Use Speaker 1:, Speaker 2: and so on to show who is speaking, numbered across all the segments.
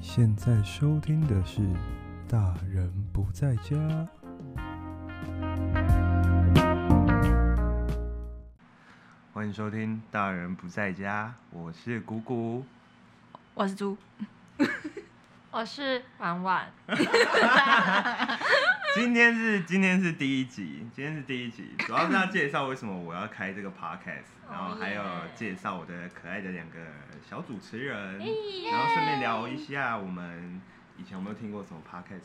Speaker 1: 现在收听的是《大人不在家》。欢迎收听《大人不在家》，我是谷谷。
Speaker 2: 我是猪，
Speaker 3: 我是婉婉，
Speaker 1: 今天是今天是第一集，今天是第一集，主要是要介绍为什么我要开这个 podcast，然
Speaker 2: 哦
Speaker 1: 后还有介绍我的可爱的两个小主持人。然后顺便聊一下我们以前有没有听过什么 podcast？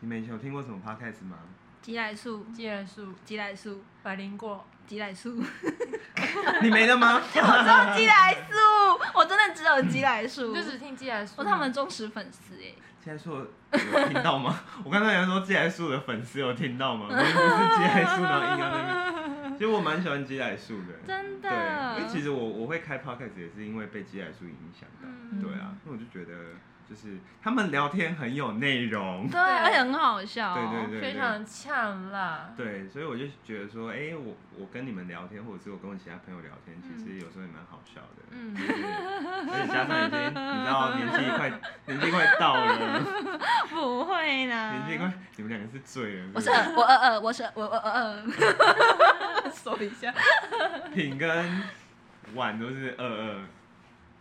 Speaker 1: 你们以前有听过什么 podcast 吗？
Speaker 2: 吉来素，
Speaker 3: 基人树、
Speaker 2: 吉来素，
Speaker 3: 百灵果，
Speaker 2: 吉 来素，
Speaker 1: 你没了吗？
Speaker 2: 我只有吉来素，我真的只有吉来素，
Speaker 3: 你嗯就只听基人树
Speaker 2: 我
Speaker 3: 吗，
Speaker 2: 是他们忠实粉丝哎、
Speaker 1: 既然树有听到吗？ 我刚才想说既来树的粉丝有听 到吗？我们不是既来树，然后硬要在那边。其实我蛮喜欢既来树的，
Speaker 2: 真
Speaker 1: 对，因为其
Speaker 2: 的，
Speaker 1: 实我我会开 podcast 也是因为被既来树影响的，
Speaker 2: 嗯
Speaker 1: 对啊，因为我就觉得就是他们聊天很有内容，
Speaker 2: 对，啊而且很好笑、
Speaker 1: 对对对对
Speaker 3: 非常呛辣。
Speaker 1: 对，所以我就觉得说，哎、我我跟你们聊天，或者是我跟我其他朋友聊天，其
Speaker 2: 嗯
Speaker 1: 实有时候也蛮好笑的。
Speaker 3: 嗯
Speaker 1: 就是而且加上已经，你知道年纪快，年纪快到了，
Speaker 2: 不会啦，
Speaker 1: 年纪快，你们两个是醉了。
Speaker 2: 我是
Speaker 1: 不是
Speaker 2: 我呃呃，我是我呃呃 呃，手一下，
Speaker 1: 品跟碗都是二二。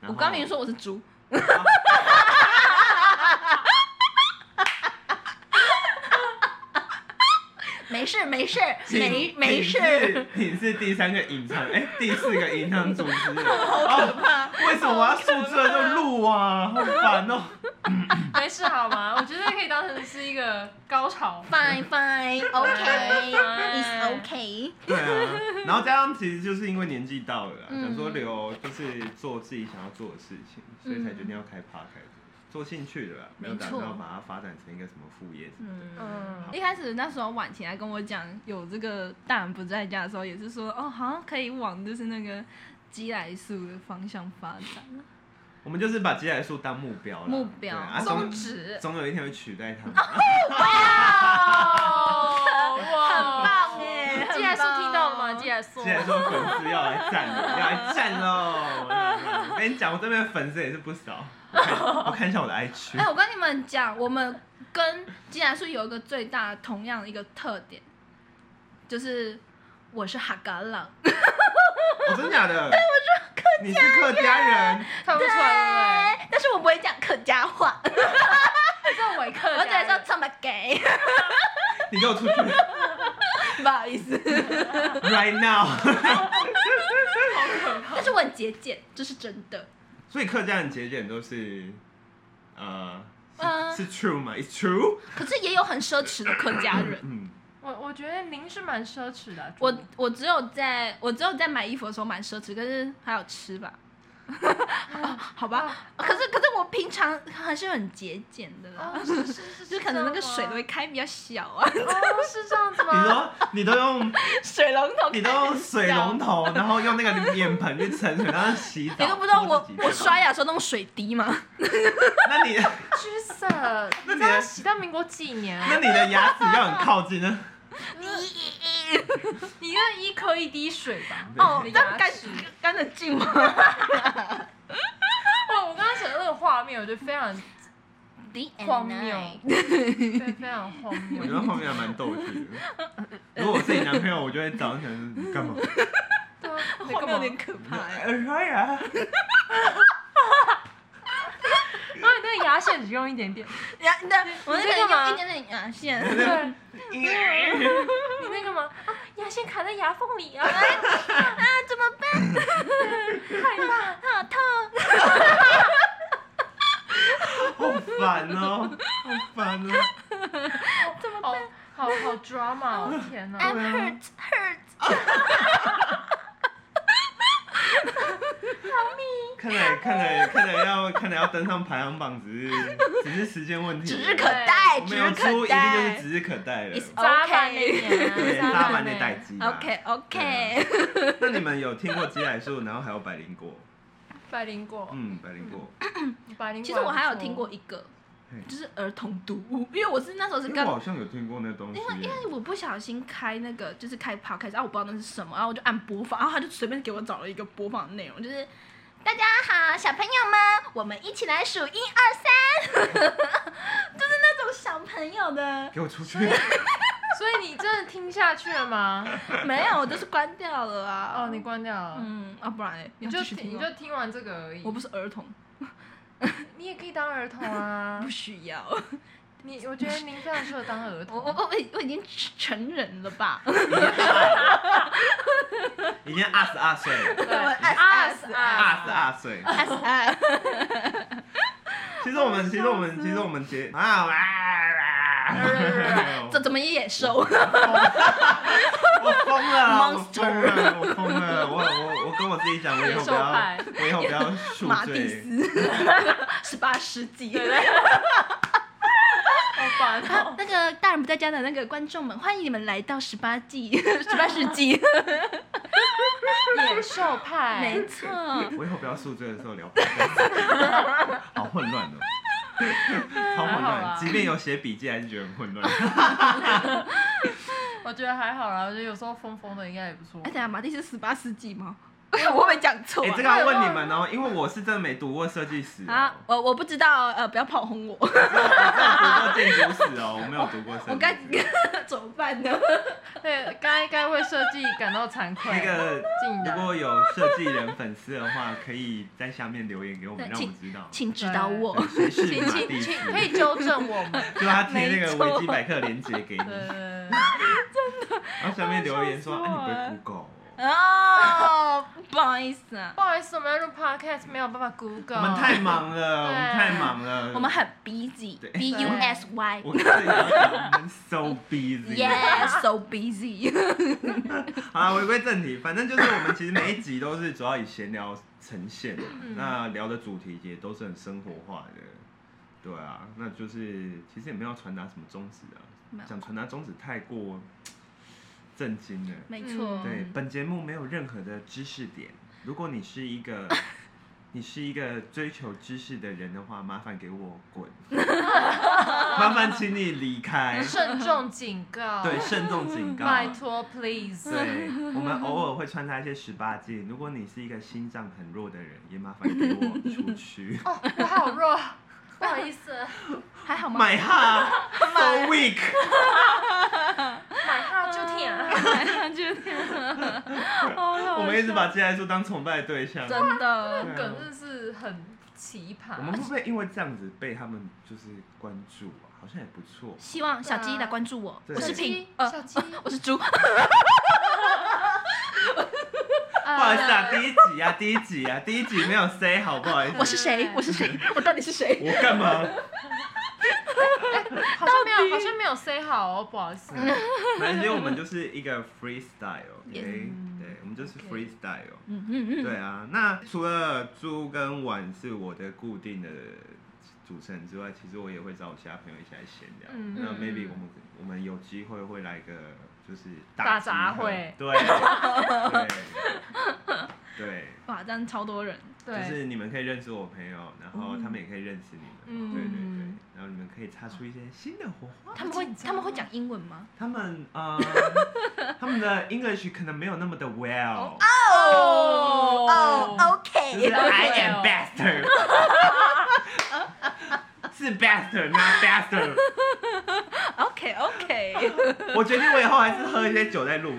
Speaker 1: 然后
Speaker 2: 我刚明明说我是猪， 没事没事
Speaker 1: 品
Speaker 2: 没没事，
Speaker 1: 品是品是第三个隐藏，哎、第四个隐藏主持人。好可怕！哦为什么我要宿醉就录啊？好烦哦、
Speaker 3: 没事好 吗？我觉得可以当成是一个高潮。
Speaker 2: fine fine OK
Speaker 3: Fine
Speaker 2: is OK，
Speaker 1: 对啊，然后加上其实就是因为年纪到了啦，啊
Speaker 2: 嗯
Speaker 1: 想说留就是做自己想要做的事情，所以才决定要开 podcast，做兴趣的啦，没有打算
Speaker 2: 没
Speaker 1: 要
Speaker 2: 错
Speaker 1: 把它发展成一个什么副业什么的。
Speaker 3: 嗯，
Speaker 2: 一开始那时候婉晴来跟我讲有这个大人不在家的时候，也是说哦，好像可以往就是那个基来素的方向发展。
Speaker 1: 我们就是把接下来数当目标了，
Speaker 2: 目标
Speaker 1: 对啊、
Speaker 3: 宗
Speaker 1: 总
Speaker 3: 旨。
Speaker 1: 总有一天会取代它们。
Speaker 3: 哇哇，
Speaker 2: 棒哦耶很
Speaker 3: 基然树
Speaker 2: 棒
Speaker 3: 听到了吗？基然树
Speaker 1: 既，然说粉丝要来站了，要来站喽！我跟你讲，我这边粉丝也是不少，我看我看一下我的 i 区
Speaker 2: 哎、，我跟你们讲，我们跟基来素有一个最大的同样的一个特点，就是我是哈嘎朗，
Speaker 1: 我哦真假的？你是客家人，
Speaker 3: 看不出来对
Speaker 2: 但是我不会讲客家 话，
Speaker 3: 不对？这伪客家人，
Speaker 2: 我只会说这么给，
Speaker 1: 你给我出去！
Speaker 2: 不好意思。
Speaker 1: right now。
Speaker 2: 但是我很节俭，这是真的。
Speaker 1: 所以客家人节俭都是，呃，是,、
Speaker 2: 呃
Speaker 1: 是 true 吗？It's true。
Speaker 2: 可是也有很奢侈的客家人。
Speaker 1: 嗯，
Speaker 3: 我我觉得您是蛮奢侈的啊。
Speaker 2: 我
Speaker 3: 猪
Speaker 2: 我只有在我只有在买衣服的时候蛮奢侈，可是还有吃吧。 好吧，可是可是我平常还是很节俭的啦，
Speaker 3: 哦，是是是，哦
Speaker 2: 就是可能那个
Speaker 3: 这样吗
Speaker 2: 水都会开比较小啊，
Speaker 3: 哦，是这样子
Speaker 2: 嗯
Speaker 1: 你
Speaker 3: 吗？
Speaker 1: 说你都 用
Speaker 2: 水龙头
Speaker 1: 你都用水龙头，然后用那个脸盆去盛水，然后洗澡。
Speaker 2: 你都不知道
Speaker 1: 泼
Speaker 2: 我
Speaker 1: 自己
Speaker 2: 我刷牙的时候那种水滴吗？
Speaker 1: 那你
Speaker 3: ，Jesus，
Speaker 1: 那
Speaker 3: 你
Speaker 1: 你
Speaker 3: 知
Speaker 1: 的
Speaker 3: 道洗到民国几年啊？
Speaker 1: 那你的牙齿要很靠近呢。。
Speaker 3: 你那一颗一滴水吧
Speaker 1: 对
Speaker 2: 哦
Speaker 3: 你，
Speaker 2: 这
Speaker 3: 的牙
Speaker 2: 样干
Speaker 3: 齿
Speaker 2: 干得净吗？
Speaker 3: 哦哇，我刚刚想到那个画面，我觉得非常荒谬，对，非常荒
Speaker 1: 我觉得
Speaker 3: 谬。
Speaker 1: 后面还蛮逗趣 的。如果我是你男朋友，我就会早上想说你干嘛？
Speaker 3: 对啊，你
Speaker 2: 荒
Speaker 3: 干
Speaker 2: 谬
Speaker 3: 嘛
Speaker 2: 有点可怕欸。
Speaker 1: 呃刷 牙。
Speaker 3: 然后你啊那个牙线只用一点点，
Speaker 2: 然后对，我那
Speaker 3: 你在
Speaker 2: 个
Speaker 3: 干嘛
Speaker 2: 用一点点牙线，
Speaker 3: 对，你
Speaker 1: 哎
Speaker 3: 那个嘛，啊，牙线卡在牙缝 里啊，害
Speaker 2: 啊， 怎么办？
Speaker 3: 怕。
Speaker 2: 好痛！
Speaker 1: 好烦哦，好烦哦。
Speaker 3: 怎么办？哦好好 drama，哦天哪！
Speaker 2: I'm hurt hurt。
Speaker 1: 看来看来看来要看来要登上排行榜，只是只是时间问题。
Speaker 2: 指日可待，指
Speaker 1: 没有
Speaker 2: 日
Speaker 1: 猪
Speaker 2: 可
Speaker 1: 一定就是
Speaker 2: 待。
Speaker 1: 指日可待了。
Speaker 2: It's-
Speaker 3: 扎板那啊
Speaker 1: 对，啊
Speaker 3: 年，
Speaker 1: 大阪
Speaker 3: 板
Speaker 1: 那代机。啊
Speaker 2: OK OK，
Speaker 1: 那你们有听过鸡来树，然后还有百灵果？
Speaker 3: 百灵果，
Speaker 1: 嗯，百灵果。
Speaker 3: 百灵果。
Speaker 2: 其实我还有听过，一个
Speaker 1: 嘿，
Speaker 2: 就是儿童读物，因为我是那时候是
Speaker 1: 因为
Speaker 2: 跟
Speaker 1: 我。好像有听过那东西
Speaker 2: 因。为因为我不小心开那个就是开 podcast，然后我不知道那是什么，然后我就按播放，然后他就随便给我找了一个播放的内容，就是大家好，小朋友们，我们一起来数一二三， 就是那种小朋 友的，
Speaker 1: 给我出去！
Speaker 3: 所以你真的听下去了吗？
Speaker 2: 没有，我就是关掉了啊。
Speaker 3: 哦，你关掉了，
Speaker 2: 嗯啊，不然嘞，
Speaker 3: 你
Speaker 2: 要
Speaker 3: 就
Speaker 2: 继续
Speaker 3: 听哦你
Speaker 2: 听吗
Speaker 3: 就听完这个而已。
Speaker 2: 我不是儿童，
Speaker 3: 你也可以当儿童 啊
Speaker 2: 不。需要，
Speaker 3: 你我觉得您非常适合当儿 童。
Speaker 2: 我我我我已经成人了 吧？
Speaker 1: 已经二十二岁了，
Speaker 3: 对
Speaker 2: 我
Speaker 3: 啊
Speaker 2: 啊
Speaker 3: 死
Speaker 1: 二
Speaker 3: 啊
Speaker 1: 十二岁。其实我们，其实我们，其实我们节啊哇
Speaker 2: 哎
Speaker 1: 哇，
Speaker 2: 这怎么也野兽？
Speaker 1: 我疯了，我疯了，我疯了，我我我跟我自己讲，我以后不要，我以后不要宿
Speaker 2: 马蒂
Speaker 1: 醉。
Speaker 2: 斯，十八世纪。
Speaker 3: 对对。好烦
Speaker 2: 啊
Speaker 3: 哦！
Speaker 2: 那个大人不在家的那个观众们，欢迎你们来到十八季、十八世纪，
Speaker 3: 野兽派，
Speaker 2: 没错。
Speaker 1: 我以后不要宿醉的时候聊好混乱哦，超混
Speaker 3: 还好
Speaker 1: 乱。
Speaker 3: 啦
Speaker 1: 即便有写笔记，还是觉得很混 乱。
Speaker 3: 我觉得还好啦。我觉得有时候疯疯的应该也不错
Speaker 2: 哎，。等一下马蒂是十八世纪吗？我会不会讲错
Speaker 1: 哎、
Speaker 2: 啊？
Speaker 1: 这个要问你们哦，因为我是真的没读过设计史、哦，
Speaker 2: 啊，我我不知道，呃，不要炮轰我，
Speaker 1: 我只有读过建筑史哦，我没有读过设
Speaker 2: 我
Speaker 1: 计
Speaker 2: 该
Speaker 1: 史。
Speaker 2: 怎么办呢？
Speaker 3: 对，该该为设计感到惭愧。
Speaker 1: 那个
Speaker 3: 竟
Speaker 1: 如
Speaker 2: 嗯
Speaker 3: 然
Speaker 1: 果有设计人粉丝的话，可以在下面留言给我们，
Speaker 2: 对
Speaker 1: 让我们知道。
Speaker 2: 请指导我。
Speaker 1: 谁是
Speaker 3: 请
Speaker 1: 马
Speaker 3: 请
Speaker 1: 蒂斯
Speaker 3: 请，？可以纠正我们。
Speaker 1: 就他贴那个
Speaker 2: 没错
Speaker 1: 维基百科链接给你，
Speaker 3: 对对
Speaker 1: 然
Speaker 3: 对
Speaker 1: 后下面留言说：“
Speaker 2: 笑死
Speaker 1: 啊，
Speaker 2: 我了
Speaker 1: 你不会 Google 哦、
Speaker 2: 哦，不好意思啊，
Speaker 3: 不好意思，我们要录 podcast 没有办法 Google。
Speaker 1: 我们太忙了，我
Speaker 3: 对
Speaker 1: 们太忙了，
Speaker 2: 我们很 busy
Speaker 1: 对
Speaker 2: b u s y
Speaker 1: 我跟你讲，我们 so busy。
Speaker 2: yes so busy
Speaker 1: 好啦，回归正题，反正就是我们其实每一集都是主要以闲聊呈现的，那聊的主题也都是很生活化的。对啊，那就是其实也没有要传达什么宗旨啊
Speaker 2: 没，有
Speaker 1: 想传达宗旨太过震惊了。
Speaker 2: 没错，
Speaker 1: 对，本节目没有任何的知识点。如果你是一个你是一个追求知识的人的话，麻烦给我滚，麻烦请你离开。
Speaker 3: 慎重警告。
Speaker 1: 对，慎重警告。
Speaker 3: 啊拜托，please。
Speaker 1: 对，我们偶尔会穿插一些十八禁。如果你是一个心脏很弱的人，也麻烦给我出去。
Speaker 3: 哦，我好弱，不好意思。
Speaker 2: 还好吗？
Speaker 1: My heart so weak。
Speaker 3: 买它就舔。
Speaker 2: 啊
Speaker 3: 啊
Speaker 2: 就这样，我
Speaker 1: 我们一直把这台书当崇拜的对象。
Speaker 2: 真
Speaker 3: 这
Speaker 2: 的
Speaker 3: 个梗真的是很奇葩
Speaker 1: 啊我。们会不会因为这样子被他们就是关注啊？好像也不错。
Speaker 2: 希望小鸡来关注我，
Speaker 1: 对
Speaker 2: 我是
Speaker 3: 小
Speaker 2: 平
Speaker 3: 鸡，
Speaker 2: 呃
Speaker 3: 小 鸡，
Speaker 2: 我是猪，
Speaker 3: 不
Speaker 1: 不好意思啊，第一集啊，第一集啊，第一集没有 say 好，不好意思。
Speaker 2: 我是谁？我是谁？我到底是谁？
Speaker 1: 我干嘛？
Speaker 3: 呃好像没有，好像没有 say 好哦，不好意思。
Speaker 1: 嗯反正我们就是一个 freestyle，OK，、
Speaker 3: Yes
Speaker 1: 对，我们就是
Speaker 3: OK
Speaker 1: freestyle。
Speaker 2: 嗯嗯嗯，
Speaker 1: 对啊，那除了猪跟碗是我的固定的主持人之外，其实我也会找我其他朋友一起来闲聊。
Speaker 3: 嗯
Speaker 1: 那
Speaker 3: 嗯
Speaker 1: maybe
Speaker 3: 嗯
Speaker 1: 我们我们有机会会来个就是
Speaker 3: 大
Speaker 1: 集
Speaker 3: 杂
Speaker 1: 合
Speaker 3: 烩
Speaker 1: 对对对，
Speaker 2: 哇，这样超多人，
Speaker 1: 就
Speaker 3: 对，
Speaker 1: 是你们可以认识我朋友，然后他们也可以认识你们，
Speaker 3: 嗯
Speaker 1: 对对对
Speaker 3: 嗯，
Speaker 1: 然后你们可以擦出一些新的火花。
Speaker 2: 他们会
Speaker 3: 紧张
Speaker 2: 他们会讲英文 吗？
Speaker 1: 他们呃，他们的 English 可能没有那么的 well，
Speaker 3: 哦
Speaker 1: 就是
Speaker 2: OK，
Speaker 1: I am bastard，是 bastard，not bastard。
Speaker 2: OK OK，
Speaker 1: 我决定我以后还是喝一些酒再录，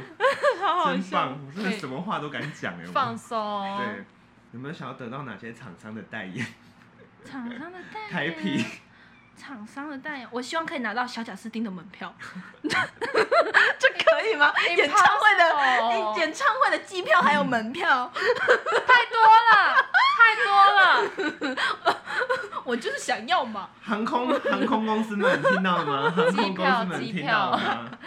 Speaker 2: 好好
Speaker 1: 真
Speaker 2: 笑。
Speaker 1: 棒，我真的什么话都敢讲哎。我
Speaker 3: 放松。
Speaker 1: 对，有没有想要得到哪些厂商的代言？
Speaker 2: 厂商的代言，
Speaker 1: 台啤，
Speaker 2: 厂商的代言，我希望可以拿到小贾斯汀的门票， 这可以吗？演唱会的哎
Speaker 3: Impossible
Speaker 2: 演唱会的机票还有门票，
Speaker 3: 太多了， 太多了。
Speaker 2: 我就是想要嘛，
Speaker 1: 航空航空公司们听到了吗？航空公司们
Speaker 3: 机票
Speaker 1: 听到了吗？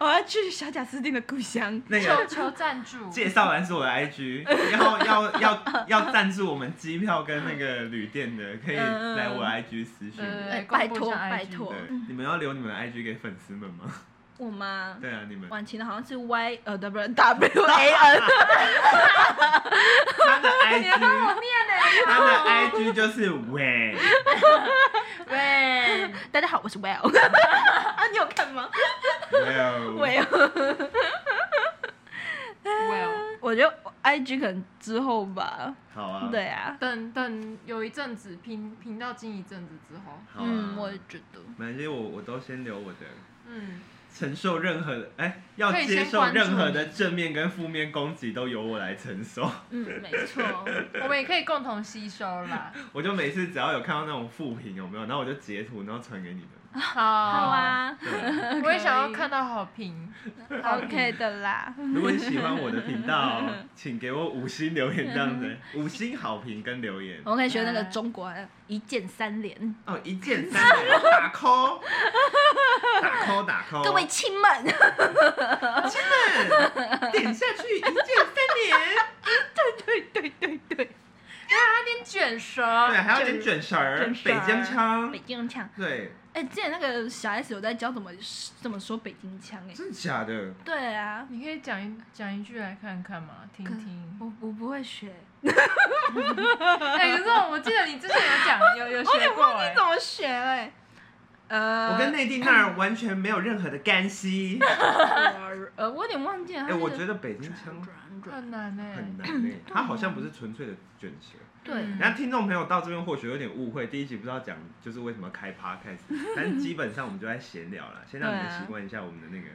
Speaker 2: 我要去小贾斯汀的故乡。
Speaker 1: 那
Speaker 3: 求
Speaker 1: 个
Speaker 3: 求赞助。
Speaker 1: 介绍完是我的 IG，要要要要赞助我们机票跟那个旅店的，可以来我的 IG 私信
Speaker 3: 对对
Speaker 1: 我。
Speaker 3: 对，
Speaker 2: 哎拜
Speaker 3: 公布一下
Speaker 2: 托
Speaker 3: IG
Speaker 2: 拜托
Speaker 1: 对，你们要留你们的 IG 给粉丝们吗？
Speaker 2: 我吗？
Speaker 1: 对啊，你们
Speaker 2: 晚晴的好像是 Y 呃不是 W A N，
Speaker 1: 他的
Speaker 3: 别帮
Speaker 2: 啊
Speaker 1: IG，
Speaker 3: 我念呢。
Speaker 1: 他的 IG 就是喂，
Speaker 3: 喂，
Speaker 2: 大家好，我是 Well，啊你有看吗？
Speaker 1: 没有，
Speaker 2: 哦 Well，
Speaker 3: Well，
Speaker 2: 我就哎、 IG 可能之后吧。
Speaker 1: 好啊，
Speaker 2: 对啊，
Speaker 3: 等等有一阵子平平到近一阵子之后，
Speaker 1: 好啊，
Speaker 2: 嗯，我也觉得。
Speaker 1: 反正我我都先留我的，
Speaker 3: 嗯，
Speaker 1: 承受任何的，哎、要
Speaker 3: 可以
Speaker 1: 接
Speaker 3: 先
Speaker 1: 受
Speaker 3: 关注
Speaker 1: 任何的正面跟负面攻击都由我来承受。
Speaker 2: 嗯，没错。
Speaker 3: 我们也可以共同吸收 啦。
Speaker 1: 我就每次只要有看到那种负评有没有，然后我就截图然后传给你们。
Speaker 3: 好，
Speaker 2: 好
Speaker 3: 好，
Speaker 2: 啊
Speaker 1: 对啊
Speaker 3: 我也想要看到好评。好评
Speaker 2: ，OK 的啦。
Speaker 1: 如果你喜欢我的频 道，请给我五星留言这样子，五星好评跟留言。
Speaker 2: 我可以学那个中国的一键三连，
Speaker 1: 哦，一键三连，打 call，打 call，打 call，
Speaker 2: 各位亲们，
Speaker 1: 点下去，一键三连。
Speaker 2: 对对对对，
Speaker 3: 有点卷舌，
Speaker 1: 对，还要点卷舌儿，
Speaker 2: 卷
Speaker 1: 北
Speaker 2: 舌儿
Speaker 1: 京腔
Speaker 2: 北。京腔。
Speaker 1: 对，
Speaker 2: 哎，之前那个小 S 有在教怎么怎么说北京腔，哎，
Speaker 1: 真的假的？
Speaker 2: 对啊，
Speaker 3: 你可以讲一讲一句来看看嘛，听听。
Speaker 2: 我我不会学，
Speaker 3: 哎，可是我记得你之前有讲，有有学过哎
Speaker 2: 你怎。么学了？哎呃，
Speaker 1: 我跟内地那儿完全没有任何的干系。
Speaker 2: 呃呃，我有点忘记了。
Speaker 1: 哎，我觉得北京腔
Speaker 2: 转转，
Speaker 3: 很难
Speaker 1: 很
Speaker 3: 哎，
Speaker 1: 难诶，它好像不是纯粹的卷舌。
Speaker 2: 对，
Speaker 3: 嗯
Speaker 1: 然后听众朋友到这边或许有点误会，第一集不知道讲就是为什么开 podcast，但是基本上我们就在闲聊了，先让你
Speaker 2: 对
Speaker 1: 们
Speaker 2: 啊
Speaker 1: 习惯一下我们的那个。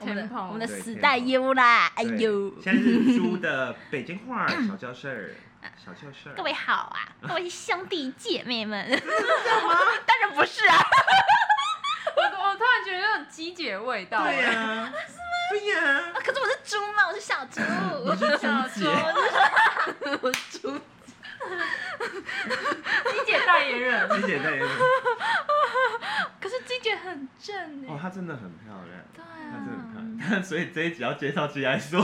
Speaker 2: 我们的
Speaker 3: Tempo
Speaker 2: 我们的
Speaker 1: 对
Speaker 2: 死
Speaker 1: Tempo
Speaker 2: 带优啦，哎
Speaker 1: 对
Speaker 2: 呦，
Speaker 1: 现在是猪的北京话小教室 儿，小教室儿。
Speaker 2: 各位好 啊，各位兄弟姐妹们，当然不是啊，
Speaker 3: 我我突然觉得有种鸡姐味道。
Speaker 1: 对
Speaker 3: 哎
Speaker 1: 啊呀，对呀，
Speaker 2: 可是我是猪嘛，我是小猪，我
Speaker 1: 是猪姐
Speaker 2: 我是猪，
Speaker 3: 鸡姐代言人。
Speaker 1: 鸡姐在。
Speaker 2: 可是金姐很正
Speaker 1: 哦，
Speaker 2: 哎，
Speaker 1: 她真的很漂亮。
Speaker 2: 对
Speaker 1: 她真的很
Speaker 2: 啊
Speaker 1: 漂，亮，但所以这一集要介绍鸡来 说，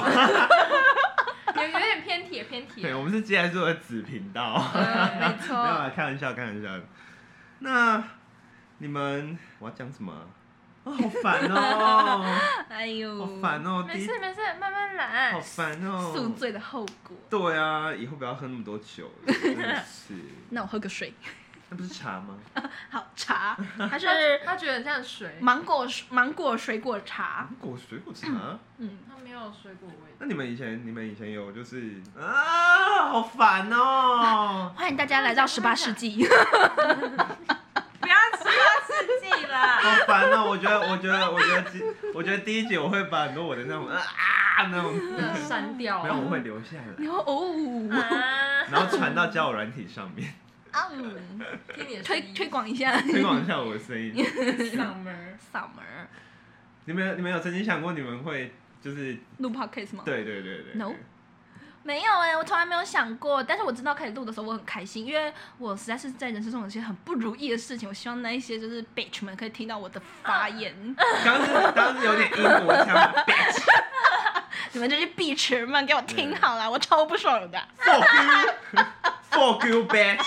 Speaker 3: 有有点偏铁偏
Speaker 1: 对
Speaker 3: 铁，
Speaker 1: 我们是鸡来说的子频
Speaker 2: 哦
Speaker 1: 道，
Speaker 2: 嗯
Speaker 3: 呃没
Speaker 1: 没有啊
Speaker 3: 错。
Speaker 1: 啦，开玩笑，开玩笑。那你们我要讲什么？哦、好烦哦，
Speaker 2: 哎呦，
Speaker 1: 好烦哦，
Speaker 3: 没
Speaker 1: 第一
Speaker 3: 事没事，慢慢来
Speaker 1: 好。烦哦，
Speaker 2: 宿。醉的后果。
Speaker 1: 对啊，以后不要喝那么多酒，真的是。
Speaker 2: 那我喝个水，
Speaker 1: 那不是茶吗？
Speaker 2: 好 茶，它是
Speaker 3: 他觉得很像水，
Speaker 2: 芒果芒果水果茶，
Speaker 1: 果水果茶？
Speaker 2: 嗯，
Speaker 3: 他没有水果味。
Speaker 1: 那你们以前，你们以前有就是啊，好烦哦。
Speaker 2: 欢迎大家来到十八世纪。
Speaker 3: 不要吃到刺激啦！
Speaker 1: 好烦哦！我觉得，我觉得，我觉得第，我觉得第一集我会把很多我的那种啊那种，
Speaker 3: 删掉。
Speaker 1: 没有，我会留下来，
Speaker 2: 然后哦，
Speaker 3: 啊，
Speaker 1: 然后传到交友软体上面，
Speaker 2: 嗯，
Speaker 3: 听你的声
Speaker 2: 推
Speaker 3: 音
Speaker 2: 推广一下
Speaker 1: 推 广一下我的声音。
Speaker 3: 嗓门。
Speaker 2: 嗓门儿
Speaker 1: 你们有你们有曾经想过你们会就是
Speaker 2: 录 podcast 吗？
Speaker 1: 对对对对
Speaker 2: No 没有哎、我从来没有想过。但是我知道开始录的时候，我很开心，因为我实在是在人生中有些很不如意的事情，我希望那一些就是 bitch 们可以听到我的发言，
Speaker 1: 刚刚是刚刚是有点英国腔 ，bitch，
Speaker 2: 你们这些 bitch 们给我听好了，我超不爽的。
Speaker 1: fuck you，fuck you bitch，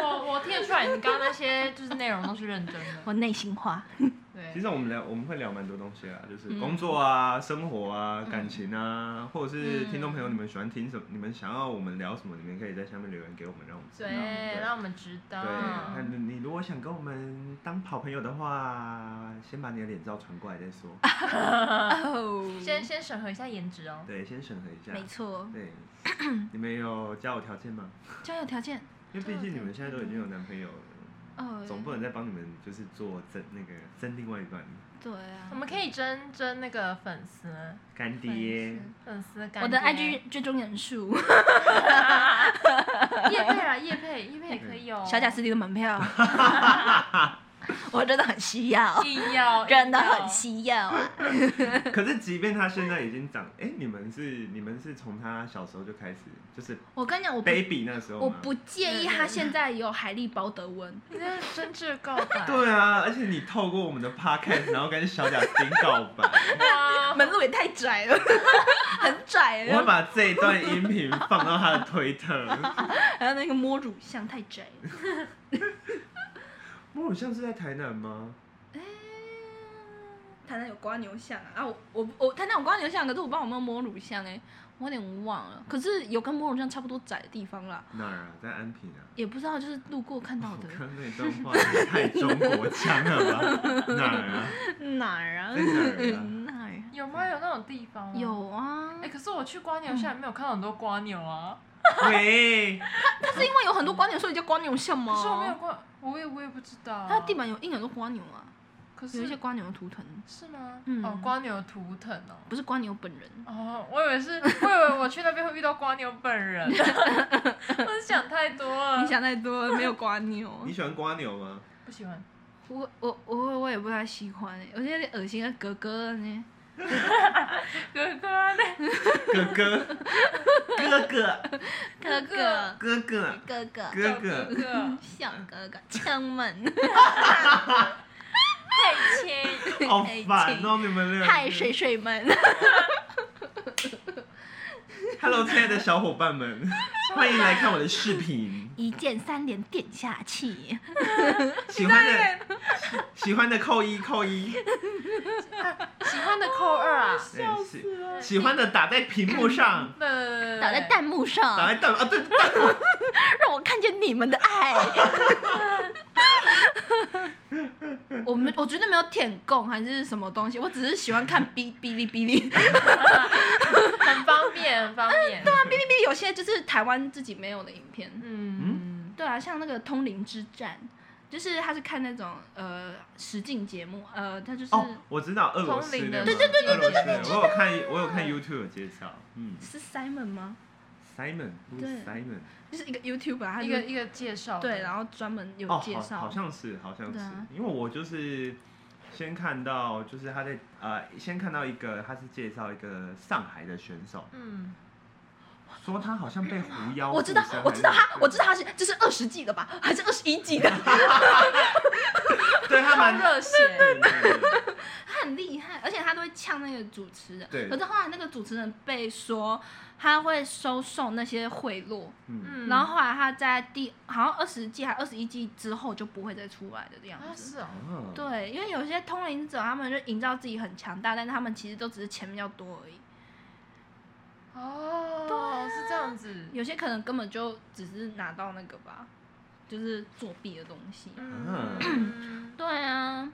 Speaker 3: 我我听得出来，你刚刚那些就是内容都是认真的。
Speaker 2: 我内心话，
Speaker 1: 其
Speaker 3: 对，
Speaker 1: 实我们聊我们会聊蛮多东西啊，就
Speaker 2: 嗯
Speaker 1: 是工作啊、生活啊、感情啊，或者是听众朋友你们喜欢听什么，你们想要我们聊什么，你们可以在下面留言给我们，让我们知道。
Speaker 3: 对，让我们知道。
Speaker 1: 嗯对，
Speaker 2: 啊
Speaker 1: 那你你如果想跟我们当好朋友的话，先把你的脸照传过来再说。
Speaker 2: 啊哦，
Speaker 3: 先先审核一下颜值哦。
Speaker 1: 对，先审核一下。
Speaker 2: 没错，
Speaker 1: 对，你们有交友条件吗？
Speaker 2: 交友条件，
Speaker 1: 因为毕竟你们现在都已经有男朋友了，
Speaker 2: 哦，
Speaker 1: 总不能再帮你们就是做增那个增另外一半
Speaker 2: 对啊
Speaker 3: 我，们可以争争那个粉丝，
Speaker 1: 干爹。
Speaker 3: 粉丝感。
Speaker 2: 我的 IG 追踪人数，
Speaker 3: 叶配啦，叶配，叶配也可以哦。
Speaker 2: 小贾斯汀的门 票，我真的很需 要，
Speaker 3: 硬要，
Speaker 2: 真的很需要啊。
Speaker 1: 可是即便他现在已经长，哎、你们是你们是从他小时候就开始，就是
Speaker 2: 我跟你讲，我不
Speaker 1: baby 那时候
Speaker 2: 我
Speaker 1: 吗？
Speaker 2: 不介意他现在有海莉鲍德温，
Speaker 3: 你这是真挚告白。
Speaker 1: 对啊，而且你透过我 们的 podcast，然后跟小贾斯汀告白。
Speaker 3: 哇
Speaker 2: 门路也太窄 了，很窄
Speaker 1: 我会
Speaker 2: 了，
Speaker 1: 把这一段音频放到他的推特。
Speaker 2: 还有那个摸乳像太窄了。
Speaker 1: 摸乳像是在台南吗？
Speaker 2: 哎台南有瓜牛巷啊，啊我我我台南有瓜牛巷，可是我不知道有没有摸乳巷哎、我有点忘了。可是有跟摸乳巷差不多窄的地方啦，
Speaker 1: 哪儿啊？在安平啊。
Speaker 2: 也不知道就是路过看到
Speaker 1: 我
Speaker 2: 的
Speaker 1: 看那段话也太中国腔了吧？哪儿啊？
Speaker 2: 哪儿啊？
Speaker 1: 在哪儿啊
Speaker 2: 嗯哪儿啊？
Speaker 3: 有吗？有那种地方吗？。
Speaker 2: 有啊
Speaker 3: 哎、，可是我去瓜牛下没有看到很多瓜牛啊，
Speaker 1: 喂，
Speaker 2: 但是因为有很多瓜牛，所以叫瓜牛巷吗？
Speaker 3: 可是我没有瓜，我也我也不知道。
Speaker 2: 它的哦地板有印很多瓜牛啊，
Speaker 3: 可
Speaker 2: 有
Speaker 3: 是
Speaker 2: 一些瓜牛的图腾，
Speaker 3: 是吗？
Speaker 2: 嗯
Speaker 3: 哦，瓜牛图腾哦。
Speaker 2: 不是瓜牛本人。
Speaker 3: 哦，我以为是，我以为我去那边会遇到瓜牛本人， 我是想太多了。
Speaker 2: 你想太多了，没有 瓜牛。
Speaker 1: 你喜欢瓜牛吗？
Speaker 3: 不喜欢？
Speaker 2: 我我我我也不太喜欢、欸，我现在有点恶心啊，哥哥呢？
Speaker 3: 哥哥呢？
Speaker 1: 哥哥，哥哥，
Speaker 2: 哥哥
Speaker 1: 哥哥，
Speaker 2: 哥哥
Speaker 1: 哥
Speaker 3: 哥
Speaker 1: 哥，
Speaker 3: 哥，
Speaker 2: 小哥哥，枪 门，
Speaker 3: 太亲。
Speaker 1: 好烦哦！你们两
Speaker 2: 嗨
Speaker 1: 个
Speaker 2: 水水们，
Speaker 1: Hello，亲爱的小伙伴 们，欢迎来看我的视频。
Speaker 2: 一键三连点下去，
Speaker 1: 喜欢的喜欢的扣一扣 一，哎
Speaker 3: 喜欢的扣二啊。
Speaker 1: 笑死了！喜欢的打在屏幕上，
Speaker 3: 对对对对对
Speaker 2: 打在弹幕
Speaker 1: 打
Speaker 2: 上，
Speaker 1: 在弹啊对
Speaker 2: 嗯
Speaker 1: 弹幕
Speaker 2: 让我看见你们的爱。 我们我绝对没有舔供还是什么东西，我只是喜欢看哔哔哩哔哩，哔
Speaker 3: 很方便，很方便。对
Speaker 2: 哩哔哩有些就是台湾自己没有的影片，
Speaker 3: 嗯，
Speaker 2: 对啊，像那个《通灵之战》，就是他是看那种呃实境节目，呃，他就是
Speaker 1: 哦，我知道俄罗斯
Speaker 3: 丛林的
Speaker 1: 吗
Speaker 3: 对对对对对对
Speaker 1: 俄罗斯的我有看我有看 YouTube 的介绍，嗯
Speaker 2: 是 Simon 吗？
Speaker 1: ，Simon 不是
Speaker 2: 对
Speaker 1: Simon
Speaker 2: 就是一个 YouTuber，他
Speaker 3: 一
Speaker 2: 就
Speaker 3: 个
Speaker 2: 是
Speaker 3: 一个介绍。
Speaker 2: 对，然后专门有
Speaker 1: 哦，
Speaker 2: 介
Speaker 1: 好
Speaker 2: 绍，
Speaker 1: 好像是好像
Speaker 2: 对
Speaker 1: 是
Speaker 2: 啊，
Speaker 1: 因为我就是先看到就是他在呃先看到一个他是介绍一个上海的选手，
Speaker 3: 嗯，
Speaker 1: 说他好像被狐妖附身还是什么，
Speaker 2: 我知道，我知道他，我知道他是这是二十季的吧，还是二十一季的？
Speaker 1: 对他
Speaker 3: 超
Speaker 1: 蛮
Speaker 3: 热血。
Speaker 2: 嗯
Speaker 1: 对对对对
Speaker 2: 他很厉害，而且他都会呛那个主持人。
Speaker 1: 对
Speaker 2: 可是后来那个主持人被说他会收受那些贿赂，
Speaker 1: 嗯。
Speaker 3: 嗯，
Speaker 2: 然后后来他在第好像二十季还二十一季之后就不会再出来的这样
Speaker 3: 啊
Speaker 2: 子。
Speaker 3: 是哦，
Speaker 1: 哦
Speaker 2: 对，因为有些通灵者，他们就营造自己很强大，但是他们其实都只是钱比较多而已。
Speaker 3: 哦，是这样子。
Speaker 2: 有些可能根本就只是拿到那个吧，就是作弊的东西。
Speaker 3: 嗯，
Speaker 2: 对啊，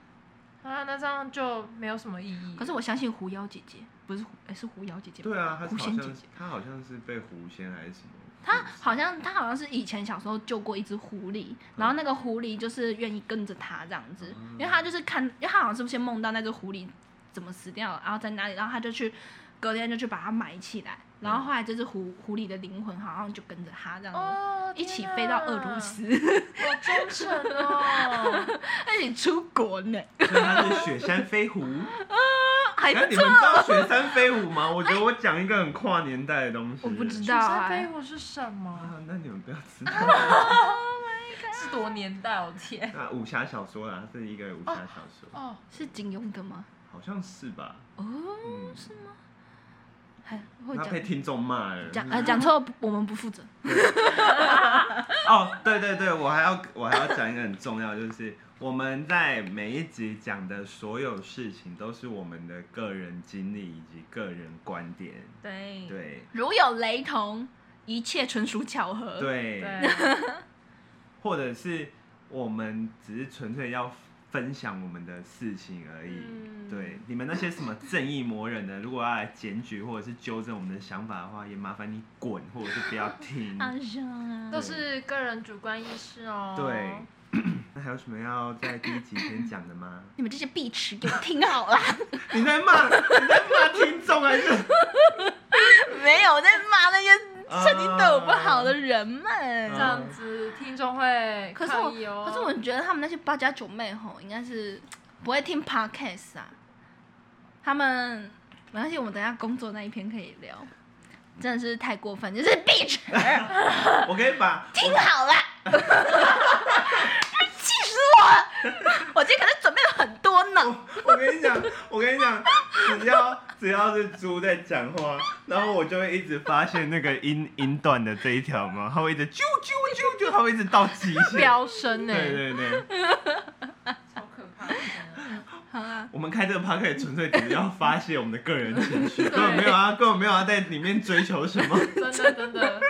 Speaker 3: 啊，那这样就没有什么意义。
Speaker 2: 可是我相信狐妖姐姐，不是狐，哎、是狐妖姐姐吗。
Speaker 1: 对啊，他
Speaker 2: 狐
Speaker 1: 是好
Speaker 2: 仙
Speaker 1: 像
Speaker 2: 姐
Speaker 1: 是
Speaker 2: 姐。
Speaker 1: 他好像是被狐仙还是什么，
Speaker 2: 她好像，她好像是以前小时候救过一只狐狸，然后那个狐狸就是愿意跟着她这样子，
Speaker 1: 嗯
Speaker 2: 因为她就是看，因为她好像是不是先梦到那只狐狸怎么死掉了，然后在哪里，然后她就去，隔天就去把它埋起来，
Speaker 1: 嗯
Speaker 2: 然后后来这只狐狐狸的灵魂好像就跟着她这样子，
Speaker 3: 哦，
Speaker 2: 一起
Speaker 3: 天哪
Speaker 2: 飞到俄罗，斯，
Speaker 3: 好忠诚 哦。
Speaker 1: 啊
Speaker 2: 一起出国呢，
Speaker 1: 所以他是雪山飞狐。
Speaker 2: 还
Speaker 1: 那哎你
Speaker 2: 不
Speaker 1: 们
Speaker 2: 错。
Speaker 1: 知道雪山飞狐 吗？我觉得我讲一个很跨年代的东西。
Speaker 2: 我不知
Speaker 3: 雪
Speaker 2: 道
Speaker 3: 山
Speaker 2: 啊
Speaker 3: 飞狐是什么？
Speaker 1: 啊，那你们不要知 道。
Speaker 3: 是多年代？我天。
Speaker 1: 那武侠小说啦，是一个武侠小说，
Speaker 3: 哦，
Speaker 2: 是金庸的吗？
Speaker 1: 好像是吧？
Speaker 2: 哦，
Speaker 1: 嗯，
Speaker 2: 是吗？哦还会
Speaker 1: 他被
Speaker 2: 讲
Speaker 1: 听众骂了。
Speaker 2: 讲呃讲错，我们不负责。
Speaker 1: 哦，对对对，我还要我还要讲一个很重要，就是我们在每一集讲的所有事情，都是我们的个人经历以及个人观点。
Speaker 3: 对
Speaker 1: 对
Speaker 2: 如有雷同，一切纯属巧合。，
Speaker 1: 对
Speaker 3: 对，
Speaker 1: 或者是我们只是纯粹要分享我们的事情而已。
Speaker 3: 嗯
Speaker 1: 对，你们那些什么正义魔人呢？如果要来检举或者是纠正我们的想法的话，也麻烦你滚，或者是不要 听。
Speaker 2: 阿啊生
Speaker 3: 都是个人主观意识哦。
Speaker 1: 对， 那还有什么要在第一集先讲的吗？
Speaker 2: 你们这些碧池给我听好啦，
Speaker 1: 你在骂，你在骂听众还是？
Speaker 2: 没有在骂那些 趁机对我不好的人们
Speaker 3: 这。
Speaker 1: 啊
Speaker 3: 样子听众会
Speaker 2: 可是
Speaker 3: 抗
Speaker 2: 我，
Speaker 3: 议哦。
Speaker 2: 可是我觉得他们那些八家九妹吼，应该是不会听 podcast 啊。他们没关系，我们等一下工作那一篇可以聊。真的是太过分，就是 bitch，
Speaker 1: 啊我可以把
Speaker 2: 听好了， 哎气死我了！我今天可是准备了很多呢。
Speaker 1: 我跟你讲，我跟你讲，只要只要是猪在讲话，然后我就会一直发现那个音音段的这一条嘛，它会一直啾啾啾啾，它会一直到极 限。
Speaker 3: 飙升呢，
Speaker 1: 对对对，
Speaker 3: 超可怕的。
Speaker 2: 好啊，
Speaker 1: 我们开这个 p o d c a s 纯粹只是要发泄我们的个人情绪，
Speaker 3: 对
Speaker 1: 根本没有要根本没有啊要 在里面追求什么。
Speaker 3: 真的真的，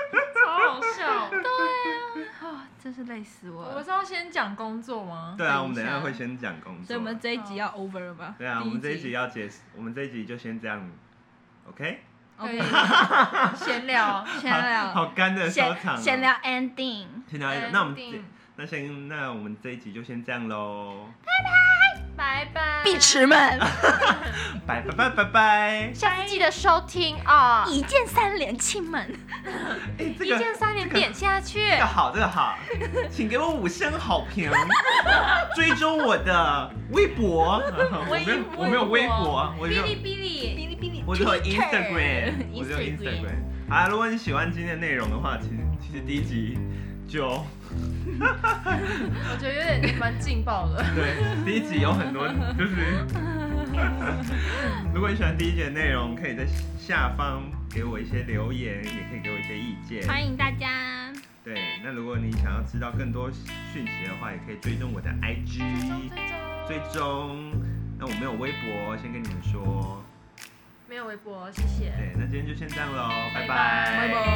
Speaker 3: 超好笑。
Speaker 2: 对啊，哦，真是累死我
Speaker 3: 我们
Speaker 2: 了。
Speaker 3: 是要先讲工作吗？
Speaker 1: 对啊，
Speaker 3: 等
Speaker 1: 我们等一下
Speaker 3: 下
Speaker 1: 会。先讲工作。
Speaker 2: 所以我们这一集要 over 了吧？
Speaker 1: 对啊，我们这
Speaker 2: 第
Speaker 1: 一集要结，我们这一集就先这样，OK？
Speaker 2: OK，
Speaker 3: 闲 聊，
Speaker 2: 闲聊，
Speaker 1: 好干的收场、哦，
Speaker 2: 闲闲聊 ending，
Speaker 1: 闲聊一哎下。那我们
Speaker 3: 安
Speaker 1: 这
Speaker 3: 定
Speaker 1: 那先那我们这一集就先这样喽，
Speaker 3: 拜拜，
Speaker 2: 碧池们
Speaker 1: 拜拜拜拜拜。
Speaker 3: 下次记得收听啊，
Speaker 2: 一键三连，亲们，
Speaker 1: 哎，这
Speaker 3: 一
Speaker 1: 个
Speaker 3: 键三连
Speaker 1: 这个
Speaker 3: 点下去，
Speaker 1: 这个好，这个好，请给我五星好 评，追踪我的微博，我没有
Speaker 3: 微博
Speaker 1: 我没有微博，我
Speaker 3: 哔
Speaker 1: 就
Speaker 3: 哩哔哩。
Speaker 2: 哔哩哔哩
Speaker 1: 我只有 Instagram，我只有
Speaker 2: Instagram
Speaker 1: Instagram。好啦，如果你喜欢今天的内容的话，其实其实第一集就。
Speaker 3: 我觉得有点蛮劲爆的
Speaker 1: 对第一集有很多就是，如果你喜欢第一集的内容，可以在下方给我一些留言，也可以给我一些意见。
Speaker 2: 欢迎大家，
Speaker 1: 对，那如果你想要知道更多讯息的话，也可以追踪我的 IG。最终，那我没有微博，先跟你们说。
Speaker 3: 没有微博，谢谢。
Speaker 1: 对，那今天就先这样喽，拜
Speaker 3: 拜拜
Speaker 2: 拜拜。